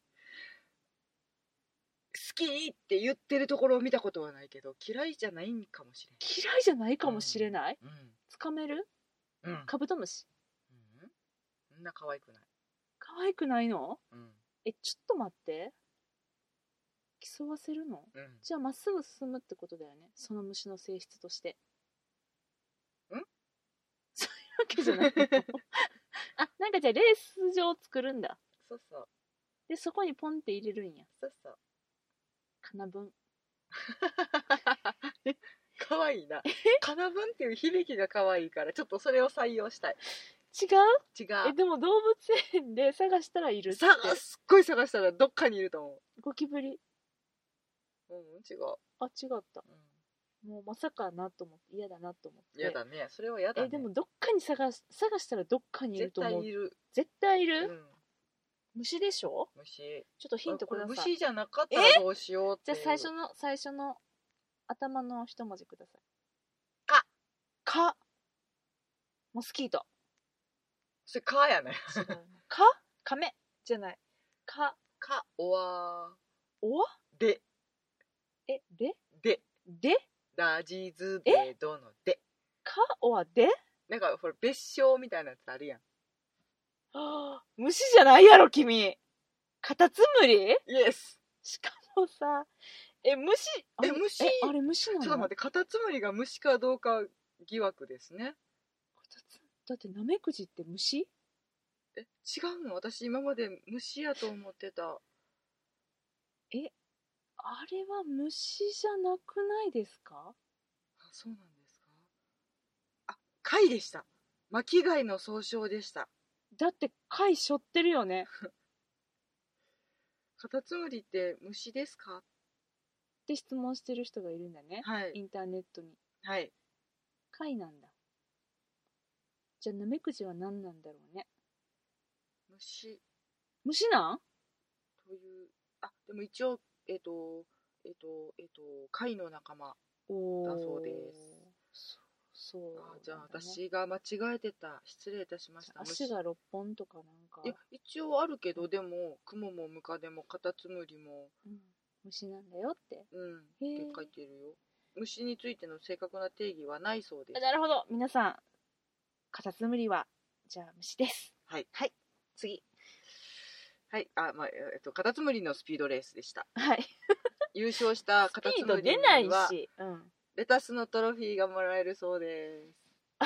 S2: きって言ってるところを見たことはないけど嫌いじゃないんかもしれ
S1: 嫌いじゃないかもしれない、
S2: ない
S1: つかめる
S2: うんうん
S1: カブトムシ
S2: うんそんな可愛くない
S1: 可愛くないの
S2: うん
S1: えちょっと待って競わせるの
S2: うん
S1: じゃあまっすぐ進むってことだよねその虫の性質として
S2: ん
S1: そういうわけじゃないのあなんかじゃあレース場を作るんだ
S2: そうそう
S1: でそこにポンって入れるんや
S2: そうそう *laughs*
S1: 金分
S2: 可愛いなかなぶんっていう響きが可愛いからちょっとそれを採用したい
S1: 違う
S2: 違
S1: えでも動物園で探したらいる
S2: う
S1: って
S2: 探すっごい探したらどっかにいると思
S1: ゴキブリ
S2: ううん違う
S1: あ違ったもうまさかなと思って嫌だなと思って
S2: 嫌だねそれは嫌だね
S1: えでもどっかに探し探したらどっかにいる
S2: 絶
S1: と思
S2: 対
S1: う
S2: いる
S1: 絶対いうる、
S2: ん
S1: 虫でしょ
S2: 虫
S1: ちょっとヒント
S2: こ
S1: く
S2: れ
S1: ださい
S2: 虫じゃなかったらどうしようって
S1: じゃあ
S2: い
S1: 最
S2: う
S1: 初の最初の頭の一文字ください。
S2: か
S1: かモスキ
S2: *laughs*
S1: ート。
S2: それ「か」やね
S1: 違うなかカメじゃない。か
S2: 「か」「おわ
S1: おわ」
S2: 「で」
S1: えで
S2: 「で」
S1: で
S2: 「ラジズで」「ど」の「で
S1: かおわで」 *gasps*
S2: なんかほら別称みたいなやつあるやん
S1: はあ虫じゃないやろ君カタツムリ
S2: イエス
S1: しかもさえ虫あれ
S2: え虫
S1: えあれ虫な
S2: ちょっと
S1: の
S2: 待ってカタツムリが虫かどうか疑惑ですね
S1: カタツだってナメクジって虫
S2: え違うの私今まで虫やと思ってた
S1: あれは虫じゃなくないですか
S2: あそうなんですかあ貝でした巻貝の総称でした
S1: だって貝背負ってるよね
S2: カタツムリって虫ですか
S1: って質問してる人がいるんだね
S2: はい
S1: インターネットに
S2: はい
S1: 貝なんだじゃあナメクジは何なんだろうね
S2: 虫
S1: 虫なん
S2: というあでも一応えっ、とえっ、とえっ、と貝の仲間
S1: おー
S2: だそうで
S1: そ
S2: す
S1: うそうなんだ
S2: あ
S1: ね
S2: じゃあ私が間違えてた失礼いたしました
S1: 足が6本とかなんか
S2: 虫いや一応あるけどでもクモもムカデもカタツムリも
S1: うん虫なんだよって
S2: うんっ
S1: へ
S2: て
S1: ー
S2: 書いてるよ虫についての正確な定義はないそうです
S1: なるほど皆さんカタツムリはじゃあ虫です
S2: はい
S1: はい次
S2: はいあまあえっとカタツムリのスピードレースでした
S1: はい
S2: 優勝したカ
S1: ス
S2: タ
S1: ピ
S2: ツ
S1: ー
S2: ム
S1: ド
S2: リに
S1: 出ない
S2: は
S1: し、うん、
S2: レタスのトロフィーがもらえるそうです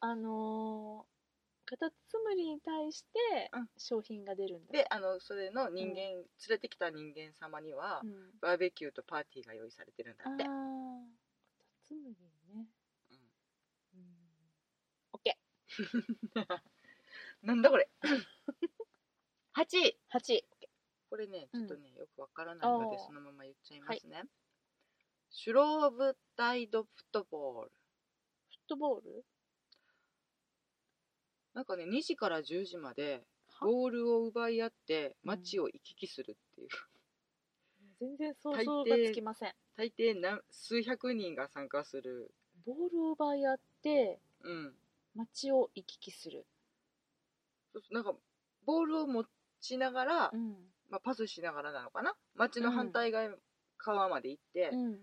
S1: あのー、カタツムリに対して
S2: うん
S1: 商品が出るんだ、
S2: であのそれの人間、連れてきた人間様には、
S1: うん、
S2: バーベキューとパーティーが用意されてるんだ
S1: ああー
S2: って、
S1: カタツムリね
S2: う
S1: う
S2: ん
S1: んオッケ
S2: *laughs* なんだこれ8位
S1: ー八
S2: これね
S1: う
S2: ちょ
S1: ん
S2: っとね、よくわからないの
S1: お
S2: で
S1: ー
S2: そのまま言っちゃいますね、シュローブタイドフットボール
S1: フットボール
S2: なんかね2時から10時まで
S1: は
S2: ボールを奪い合って街を行き来するっていう、
S1: 全然想像がつきません
S2: 大抵何数百人が参加する
S1: ボールを奪い合って
S2: うん
S1: 街を行き来する、
S2: そうそうなんかボールを持ちながら、
S1: うん
S2: まあ、パスしながらなのかな街の反対側川まで行って
S1: う、ん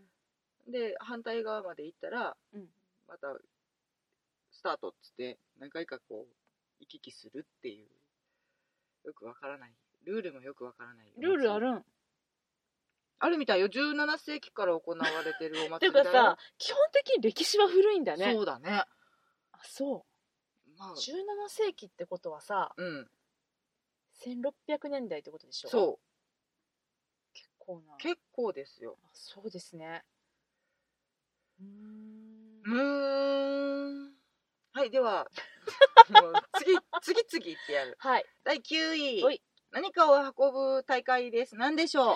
S2: で反対側まで行ったら、
S1: うん
S2: またスタートっつって何回かこう行き来するっていうよくわからないルールもよくわからない
S1: ルールあるん
S2: あるみたいよ17世紀から行われてる
S1: *laughs*
S2: お
S1: てい
S2: 祭
S1: う
S2: り
S1: か
S2: だよ
S1: さ基本的に歴史は古いんだね
S2: そうだね
S1: あそ
S2: まあ
S1: う17世紀ってことはさ
S2: うん
S1: 1600年代ってことでしょう
S2: そ
S1: 結構な
S2: う結構ですよ
S1: あそうですねうーん
S2: うーん
S1: *laughs*
S2: はいではもう次次々ってやる
S1: はい
S2: 第9位
S1: おい
S2: 何かを運ぶ大会です。何でしょう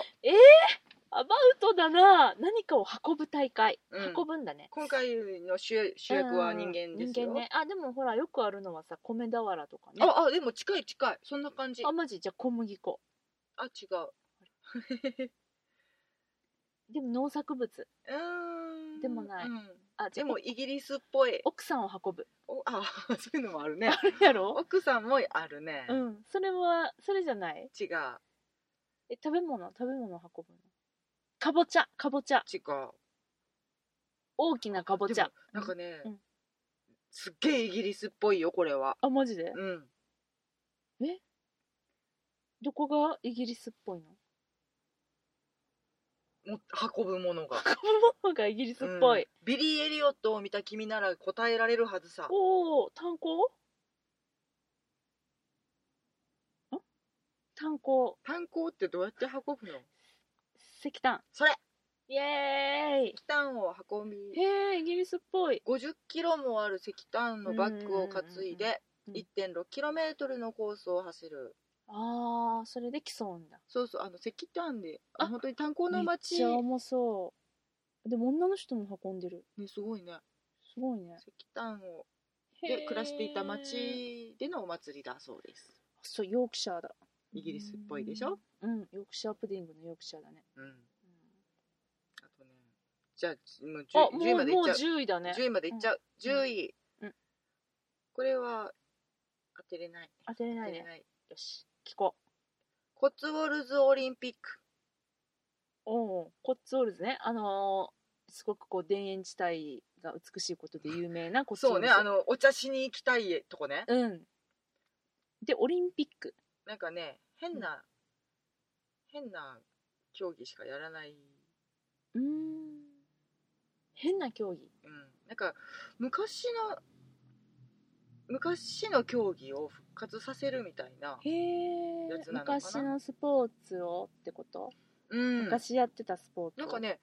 S1: アバウトだな何かを運ぶ大会、
S2: うん
S1: 運ぶんだね
S2: 今回の主役主役は人間ですよ。
S1: 人間ねあでもほらよくあるのはさ米俵とかね
S2: あ、あ、でも近い近い。そんな感じ。あ
S1: あ、マジじゃあ小麦粉
S2: 違う。 *laughs*
S1: でも農作物
S2: うーん。
S1: でもない
S2: うん
S1: あじ
S2: で
S1: ゃあ
S2: もイギリスっぽい。
S1: 奥さんを運ぶ
S2: おあ、 *laughs* そういうのもあるね。
S1: あるやろ
S2: 奥さんもあるね。
S1: うんそれはそれじゃない
S2: 違う。
S1: え食べ物食べ物を運ぶのかぼちゃかぼちゃ
S2: 違う。
S1: 大きなかぼちゃ
S2: でもなんかね、
S1: うん
S2: すっげえイギリスっぽいよ、これは。
S1: あマジで
S2: うん。
S1: どこがイギリスっぽいの
S2: も運ぶもの
S1: *laughs*
S2: が。
S1: 運ぶものがイギリスっぽい、
S2: うんビリー・エリオットを見た君なら答えられるはずさ。
S1: おお炭鉱ん炭鉱
S2: 炭鉱ってどうやって運ぶの
S1: 石炭
S2: それ
S1: イエーイ
S2: 石炭を運び、
S1: へえイギリスっぽい
S2: 50キロもある石炭のバッグを担いで、
S1: うんうんうん
S2: 1.6キロメートルのコースを走る。
S1: あーそれで競うんだ
S2: そうそう、あの石炭で、
S1: あ
S2: 本当に炭鉱の
S1: めっ
S2: 町、
S1: ちゃ
S2: ね、
S1: 重そうでも女の人も運んでる
S2: すごいね。
S1: すごいね
S2: 石炭を
S1: へ
S2: で
S1: ー
S2: 暮らしていた町でのお祭りだそうです。
S1: そうヨークシャーだ
S2: イギリスっぽいでしょ
S1: うんうんヨークシャープディングのヨークシャーだね、
S2: うん。あとね、じゃあ、もう 10,
S1: あも
S2: 10位ま
S1: う
S2: で
S1: も
S2: いっ
S1: う
S2: ちゃう。
S1: 10位だね
S2: 10位までいっちゃう、
S1: うん
S2: 10位、
S1: うん
S2: これは当てれない
S1: 当てれ
S2: 当
S1: な
S2: て
S1: い
S2: れ
S1: ね
S2: ない
S1: よし聞こう
S2: コッツウォルズオリンピック
S1: おおコッツウォルズねあのーすごくこう田園地帯が美しいことで有名なコッツウォ
S2: そう
S1: ルズ
S2: ねあのお茶しに行きたいとこね、
S1: うんでオリンピック
S2: なんかね変な、変な競技しかやらない、
S1: うーん変な競技
S2: うん、なんか昔の昔の競技を復活させるみたいな、
S1: へえ
S2: やつなのかな
S1: 昔のスポーツをってこと、
S2: うん、な
S1: 昔やってたスポーツを
S2: んか、ね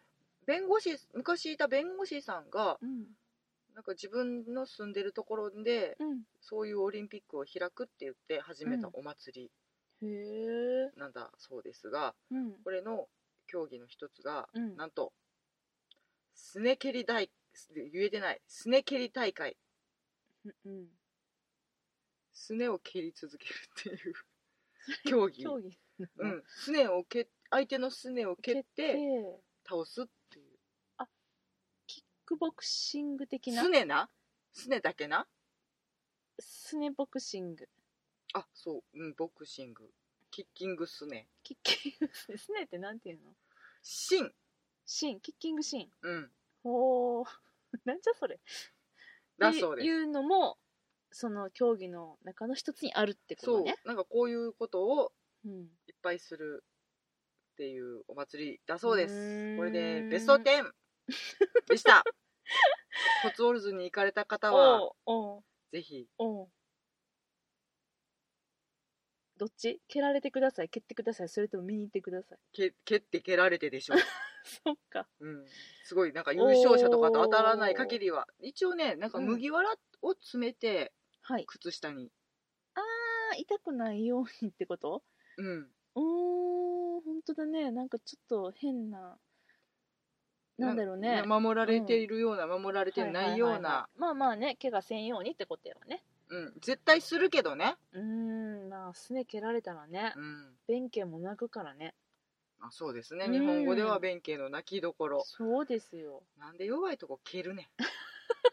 S2: 弁護士昔いた弁護士さんが
S1: うん、
S2: なんか自分の住んでるところで
S1: うん
S2: そういうオリンピックを開くって言って始めた
S1: うん
S2: お祭
S1: へえ
S2: りなんだそうですが、
S1: うん
S2: これの競技の一つが、
S1: うん
S2: なんとすね蹴り大言えてないすね蹴り大会
S1: うんうん
S2: すねを蹴り続ける *laughs* っていう競技
S1: 競技
S2: うん、すねを蹴相手のすねを蹴って倒すってい
S1: キックボクシング的
S2: う
S1: な
S2: すねなすねだけな
S1: スネボクシング
S2: あそう、うん、ボクシングキッキングすね
S1: キッキングスネスネってなんていうの
S2: シン
S1: シーンキッキングシーン
S2: うん
S1: おー *laughs* なんじゃそれ
S2: だそうで
S1: って
S2: す
S1: いうのもその競技の中の一つにあるってこ
S2: そ
S1: と
S2: う
S1: ね
S2: なんかこういうことを
S1: うん
S2: いっぱいするっていうお祭りだそうで
S1: うーん
S2: すこれでベスト10でした
S1: *laughs*
S2: コツウォルズに行かれた方は
S1: おうおう
S2: ぜひ
S1: おうどっち蹴られてください蹴ってくださいそれとも見に行ってください *laughs*
S2: け蹴って蹴られてでしょう、
S1: そっか
S2: うん、すごいなんか優勝者とかと当たらない限りは一応ねなんか
S1: うん
S2: 麦わらを詰めて
S1: はい
S2: 靴下に
S1: あー痛くないようにってこと
S2: うん
S1: うーん本当だねなんかちょっと変ななんだろうね
S2: 守られているような、守られてないような、
S1: はいはいはいはいまあまあね怪我せんようにってことやわね
S2: うん、絶対するけどね、
S1: うーんまあすね蹴られたらね
S2: うん
S1: 弁慶も泣くからね
S2: あ、そうですね
S1: うん
S2: 日本語では弁慶の泣きどころ
S1: そうですよ
S2: なんで弱いとこ蹴るね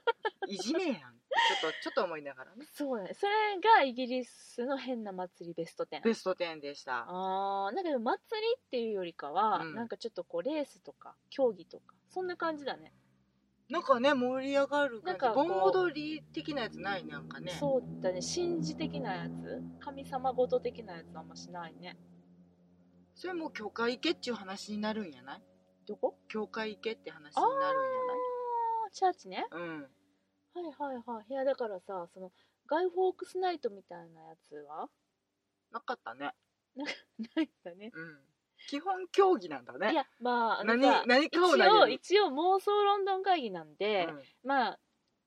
S1: *laughs*
S2: んいじめやんちょっとちょっと思いながらね
S1: そうだねそれがイギリスの変な祭りベスト10
S2: ベスト10でした
S1: あーなんかでも祭りっていうよりかは、
S2: うん
S1: なんかちょっとこうレースとか競技とかそんな感じだね
S2: なんかね盛り上がる
S1: なん
S2: 感じ
S1: かこう
S2: 盆踊り的なやつないなんかね
S1: そうだね神事的なやつ神様ごと的なやつあんましないね
S2: それもう教会行けっちゅう話になるんやない
S1: どこ
S2: 教会行けって話
S1: あ
S2: に
S1: あ
S2: な
S1: ーチャーチね
S2: るんやないうん
S1: はいはいはいいやだからさそのガイ・フォークスナイトみたいなやつは *laughs*
S2: なかったね
S1: ないんだね
S2: うん基本競技なんだ
S1: い
S2: ね
S1: やまああの
S2: 何
S1: さ
S2: 何
S1: 一
S2: かを投げ
S1: 応
S2: る
S1: 一応妄想ロンドン会議なんで、
S2: う
S1: まあ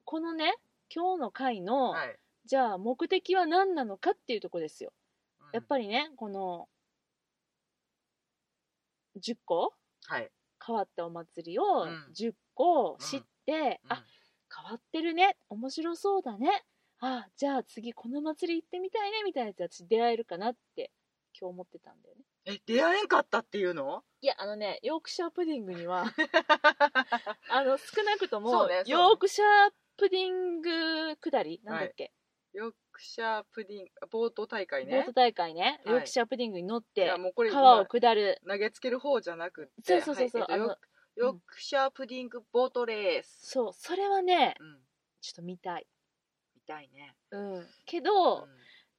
S1: このね今日の会の、
S2: んはい
S1: じゃあ目的は何なのかっていうとこですよ
S2: うん
S1: やっぱりねこの10個
S2: はい、
S1: 変わったお祭りを
S2: うん
S1: 10個知って、
S2: うん
S1: あ変わってるね面白そうだねあじゃあ次この祭り行ってみたいねみたいなやつ私出会えるかなって今日思ってたんだよね
S2: え出会えんかったっていうの *laughs*
S1: いやあのねヨークシャープディングにはあの少なくとも、
S2: そうねそうね
S1: ヨークシャープディング下りなんだっけ、
S2: ヨークシャープディングあボート大会
S1: ボー
S2: ね
S1: ト大会ね、
S2: はい
S1: ヨークシャープディングに乗っ
S2: い
S1: て
S2: やもうこれ
S1: 川を下る
S2: 投げつける方じゃなくって
S1: そうそうそうそう
S2: はいえっと
S1: あの
S2: ヨークヨークシャープディングボートレース、
S1: そうそれはね
S2: うん、見
S1: ちょっと見たい、
S2: たいね、
S1: うん、け
S2: うん
S1: ど、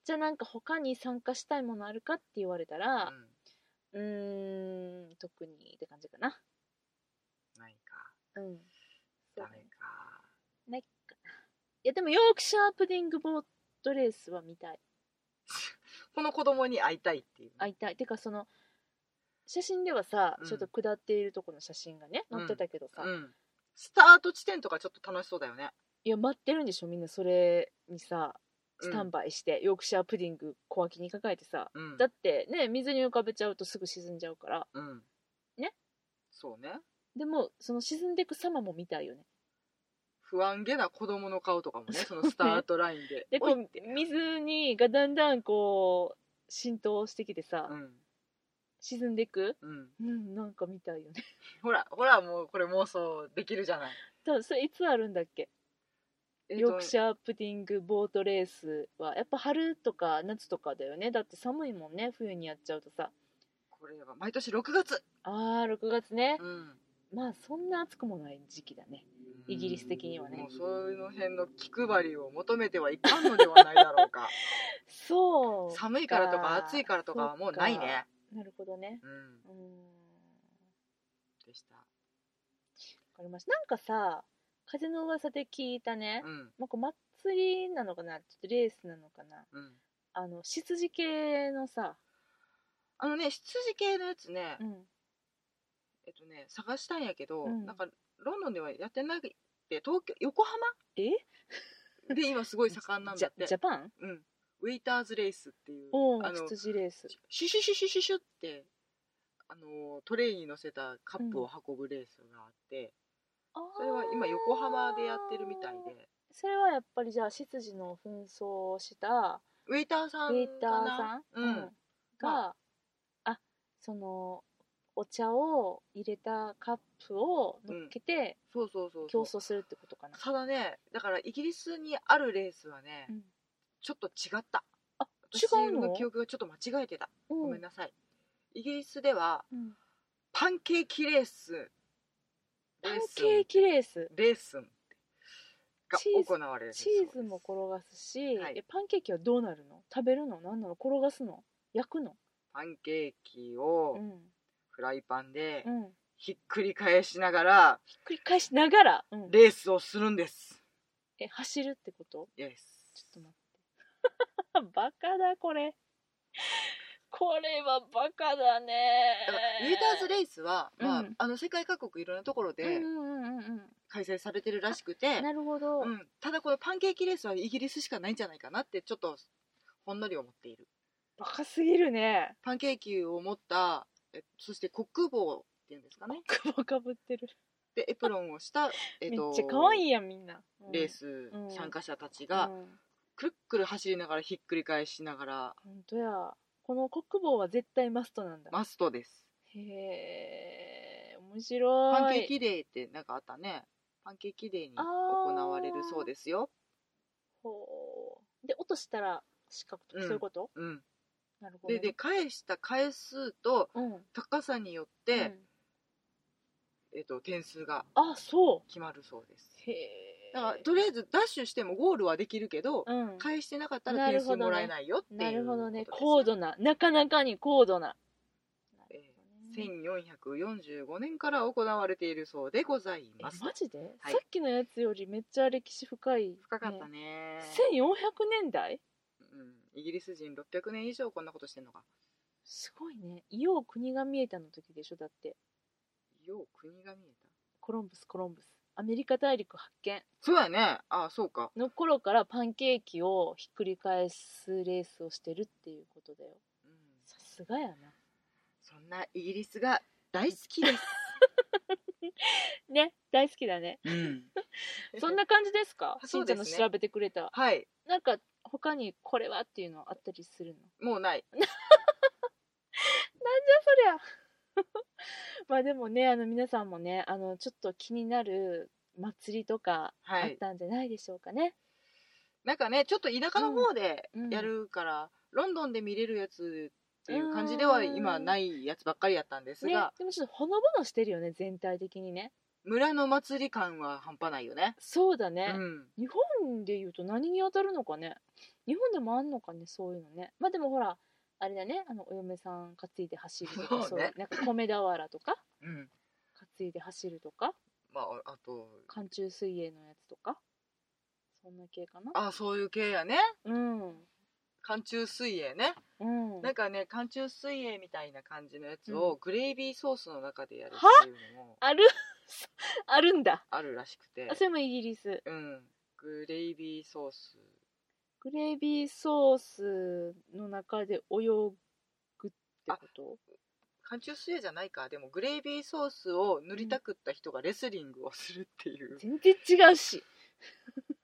S1: じゃあなんか他に参加したいものあるかって言われたら
S2: うん
S1: うーん特にって感じかな
S2: ないか
S1: うんそう
S2: ダ
S1: ね
S2: メ
S1: いやでもヨークシャープディングボートレースは見たい
S2: かこの子供に会いたいっていう
S1: 会いたいてかその写真ではさ、
S2: うん
S1: ちょっと下っているところの写真がね載ってたけどさ、
S2: うん、スタート地点とかちょっと楽しそうだよね
S1: いや待ってるんでしょみんなそれにさ
S2: うん
S1: スタンバイして、ヨークシャープディング小脇に抱えてさ
S2: うん
S1: だってね水に浮かべちゃうとすぐ沈んじゃうから
S2: うん
S1: ね
S2: そうね
S1: でもその沈んでいく様も見たいよね
S2: 不安げな子供の顔とかもねそ
S1: そうね
S2: のスタートラインで
S1: でこ
S2: おいう
S1: 水にがだんだんこう浸透してきてさ、
S2: うん
S1: 沈んでいく
S2: うん
S1: うんなんか見たいよね *laughs*
S2: ほらほらもうこれ妄想できるじゃない
S1: ただそれいつあるんだっけ、
S2: えっと
S1: ヨークシャープディングボートレースはやっぱ春とか夏とかだよねだって寒いもんね冬にやっちゃうとさ
S2: これは毎年6月、
S1: あー6月ね、
S2: うん、
S1: まあそんな暑くもない時期だねイギリス的にはね
S2: もうその辺の気配りを求めてはいかんのではないだろうか
S1: *laughs* そう
S2: 寒いからとか暑いからとかはもうないね
S1: なるほどね
S2: うん
S1: うーんわ
S2: でした
S1: かりましたなんかさ風の噂で聞いたね、
S2: うん
S1: まあ、こう祭りなのかなちょっとレースなのかな
S2: うん
S1: あの羊系のさ、
S2: あのね羊系のやつね、
S1: うん、
S2: えっとね探したんやけど、
S1: うん
S2: なんかロンドンではやってなくて東京横浜
S1: え
S2: で今すごい盛んなん
S1: ジ
S2: だ
S1: ャ
S2: って
S1: ジャパン
S2: うん、ウェイターズレースっていう
S1: お
S2: あの
S1: 羊レース
S2: シュシュシュシュシュシュってあのトレイに乗せたカップを運ぶレースがあって、それは今横浜でやってるみたい
S1: あー
S2: で
S1: それはやっぱりじゃあ羊の紛争をした
S2: ウェイターさん
S1: ウ
S2: かな
S1: ェイターさん、
S2: うん
S1: が、あそのお茶を入れたカップを乗っけて
S2: そうそうそう
S1: 競
S2: そ
S1: 争
S2: う
S1: するってことかな、
S2: ただねだからイギリスにあるレースはね、
S1: うん
S2: ちょっと違った
S1: あ
S2: 私
S1: 違うの
S2: の記憶がちょっと間違えてた、
S1: うん
S2: ごめんなさいイギリスでは
S1: うん
S2: パンケーキレース
S1: パンケーキレース
S2: レースンが
S1: チーズ
S2: 行われる
S1: チーズも
S2: この
S1: 転がすし、
S2: はい
S1: えパンケーキはどうなるの食べるの何なの転がすの焼くの
S2: パンケーキ
S1: う
S2: を
S1: ん、
S2: フライパンで
S1: うん、繰
S2: ひっくり返しながら
S1: り返しながら、うん、
S2: レースをするんです
S1: え走るってこと
S2: イエス
S1: ちょっと待って *laughs* バカだこれこれはバカだね
S2: だからウェイターズレースは、まあ
S1: うん
S2: あの世界各国いろんなところ
S1: う
S2: で
S1: んうんうんうん
S2: 開催されてるらしくて
S1: うん、なるほど、
S2: うん、ただこのパンケーキレースはイギリスしかないんじゃないかなってちょっとほんのり思っている
S1: バカすぎるね
S2: パンケーキを持ったえそして国防っていうんですかね
S1: 雲かぶってる、
S2: でエプロンをした、えっと
S1: めっちゃ可愛いやんみんな、うん
S2: レース
S1: うん
S2: 参加者たち
S1: う
S2: が
S1: ん
S2: くるっくる走りながらひっくり返しながら
S1: ほんとやこの国防は絶対マストなんだ
S2: マストです
S1: へえ面白い
S2: パンケーキデーってなんかあったねパンケーキデーに
S1: あー
S2: 行われるそうですよ
S1: ほうで落としたら四角とか、
S2: うん
S1: そういうこと
S2: うん
S1: なるほどね、
S2: でで返した回数と
S1: うん
S2: 高さによって、
S1: うん
S2: えっと点数が
S1: あそう
S2: 決まるそうです
S1: へえ
S2: だからとりあえずダッシュしてもゴールはできるけど、
S1: うん、
S2: 返してなかったら点数もらえないよっていう
S1: なるほどね
S2: こ
S1: 高
S2: とです
S1: 度ななかなかに高度な
S2: ええ1445年から行われているそうでござい
S1: え
S2: ます
S1: マジで、
S2: はい
S1: さっきのやつよりめっちゃ歴史深い、
S2: 深かったね
S1: 1400年代
S2: うん、イギリス人600年以上こんなことしてんのか
S1: すごいね「よう国が見えた」の時でしょだって
S2: よう国が見え
S1: コロンブスコロンブスアメリカ大陸発見
S2: そうやねあそうか
S1: の頃からパンケーキをひっくり返すレースをしてるっていうことだよ
S2: うん
S1: さすがやな
S2: そんなイギリスが大好き
S1: *laughs*
S2: です、
S1: ね大好きだね
S2: うん、
S1: そんな感じです *laughs* かし
S2: そ
S1: ん
S2: う
S1: ちゃ
S2: で
S1: ん
S2: す
S1: の
S2: ね
S1: 調べてくれた
S2: *laughs* はい
S1: なんか他にこれはっていうのあったりするの
S2: もうない
S1: そりゃ *laughs* まあでもねあの皆さんもねあのちょっと気になる祭りとか
S2: は
S1: あっ
S2: い
S1: たんじゃないでしょうかね、
S2: なんかねちょっと田舎の方で
S1: うんうん
S2: やるから、ロンドンで見れるやつっていう感じでは今ないやつばっかりやったんです
S1: ね
S2: が、
S1: でもちょっとほのぼのしてるよね全体的にね
S2: 村の祭り感は半端ないよね
S1: そうだ
S2: う
S1: ね、
S2: ん
S1: 日本でいうと何に当たるのかね日本でもあんのかねそういうのねまあでもほらあれだねあのお嫁さん担いで走るとか
S2: そうね
S1: なんか米俵とか
S2: うん
S1: 担いで走るとか
S2: まああと
S1: 寒中水泳のやつとかそんな系かな
S2: あそういう系やね
S1: うん
S2: 寒中水泳ね、
S1: うん
S2: なんかね寒中水泳みたいな感じのやつをグレイビーソースの中でやる
S1: は
S2: っていうのも
S1: ある *laughs* あるんだ
S2: あるらしくて
S1: あそれもイギリス
S2: うんグレイビーソース
S1: グレービーソースの中で泳ぐってこと
S2: 寒中水泳じゃないかでもグレイビーソースを塗りたくった人がレスリングをするっていう、
S1: 全然違うし *laughs*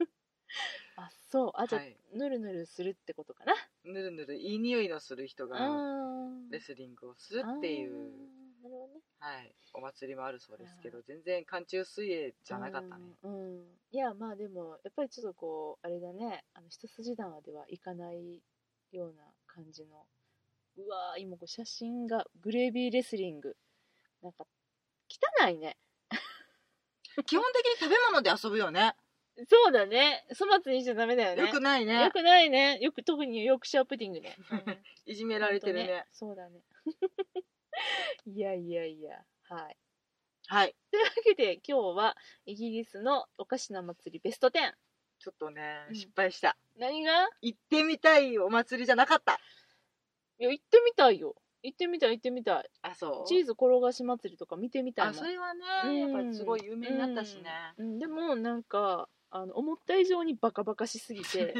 S1: あそうあじゃあ、
S2: はい
S1: ぬるぬるするってことかな
S2: ぬるぬるいい匂いのする人が
S1: うん
S2: レスリングをするっていう、
S1: あーなるほどね
S2: はい、お祭りもあるそうですけ
S1: あ
S2: ど全然寒中水泳じゃなかったね、
S1: うん、うんいやまあでもやっぱりちょっとこうあれだねあの一筋縄ではいかないような感じのうわー今こう写真がグレービーレスリングなんか汚いね
S2: 基本的に食べ物で遊ぶよね
S1: そうだね粗末にしちゃダメだよね
S2: よくない
S1: よ
S2: ね
S1: くないねよく特にヨークシャープディング
S2: *laughs*
S1: ね、うん
S2: いじめられてるね
S1: ほんとそうだね *laughs* いやいやいやはい
S2: はい
S1: というわけで今日はイギリスのお菓子の祭りベスト10
S2: ちょっとね、
S1: うん
S2: 失敗した
S1: 何が
S2: 行ってみたいお祭りじゃなかった
S1: いや行ってみたいよ行ってみたい行ってみたい
S2: あそう
S1: チーズ転がし祭りとか見てみたいも
S2: あ
S1: ん
S2: それはね、
S1: うん
S2: やっぱりすごい有名になったしね、
S1: うん、うんでもなんかあの思った以上にバカバカしすぎ
S2: *laughs*
S1: て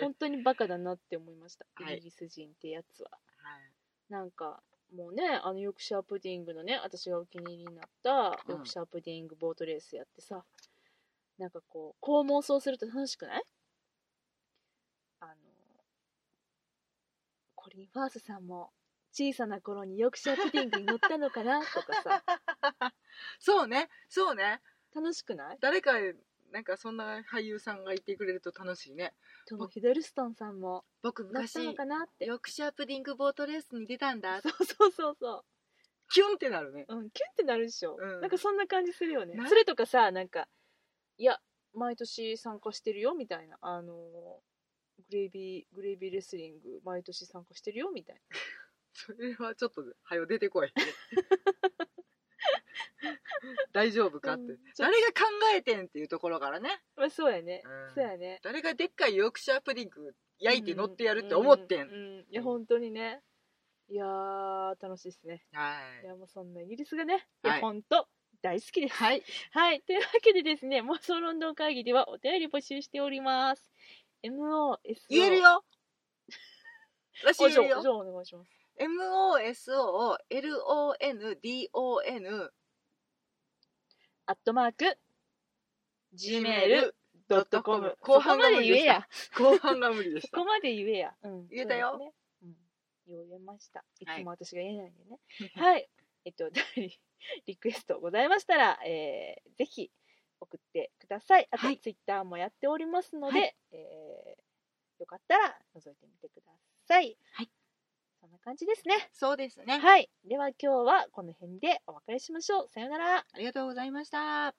S1: 本当にバカだなって思いました、
S2: はい
S1: イギリス人ってやつは
S2: はい
S1: なんかもうねあのヨークシャープディングのね私がお気に入りになった
S2: うん
S1: ヨークシャープディングボートレースやってさ、なんかこうこう妄想すると楽しくないあのコリン・ファースさんも小さな頃にヨークシャープディングに乗ったのか
S2: *laughs*
S1: なとかさ
S2: そうねそうね
S1: 楽しくない
S2: 誰かなんかそんな俳優さんがいてくれると楽しいね
S1: トム・フィドルストンさんも
S2: 僕
S1: 乗った
S2: 昔
S1: のかなって
S2: ヨークシャープディングボートレースに出たん
S1: *laughs*
S2: だ
S1: そうそうそうそ
S2: キュンってなるね
S1: う、うん、キュンってなるでしょ、
S2: うん
S1: なんかそんな感じするよね
S2: な
S1: それとかさなんかいや毎年参加してるよみたいなあのーグレイビーグレイビーレスリング毎年参加してるよみたい
S2: それはちょっとはよ出
S1: *laughs*
S2: てこい大丈夫かって、
S1: うんちょっと
S2: 誰が考えてんっていうところからね
S1: なまあそうやね、
S2: うん
S1: そうやね
S2: 誰がでっかいヨークシャープディング焼いて乗ってやるって思ってん、
S1: うんうんいや本当にねいやー楽しいですね
S2: はい
S1: やもうそんなイギリスがねいや、
S2: はい
S1: 本当大好きです
S2: いはい
S1: はい。というわけでですね、妄想ロンドン会議ではお便り募集しております。MOSO。
S2: 言える。よ私
S1: お
S2: 言え
S1: 嬢、
S2: る
S1: お
S2: よ
S1: 嬢お願いします。
S2: MOSOLONDON
S1: アットマーク、
S2: Gmail
S1: gmail.com。
S2: 後半
S1: そこま
S2: が無
S1: で
S2: 理
S1: 言
S2: で
S1: え
S2: した
S1: や。
S2: 後半が無理でし
S1: そ
S2: た
S1: *laughs* こまで言えや。うん。
S2: *laughs* 言えたよ
S1: そうですねうん。よう言えました。い
S2: はい
S1: つも私が言えないんでね。はい。 *laughs* えっと、リリクエストございましたら、えー、ぜひ送ってください。あと、
S2: はい
S1: ツイッターもやっておりますので、
S2: は
S1: えーよかったら覗いてみてください。
S2: はい。
S1: そんな感じですね。
S2: そうですね
S1: はい。では今日はこの辺でお別れしましょう。さようなら。
S2: ありがとうございました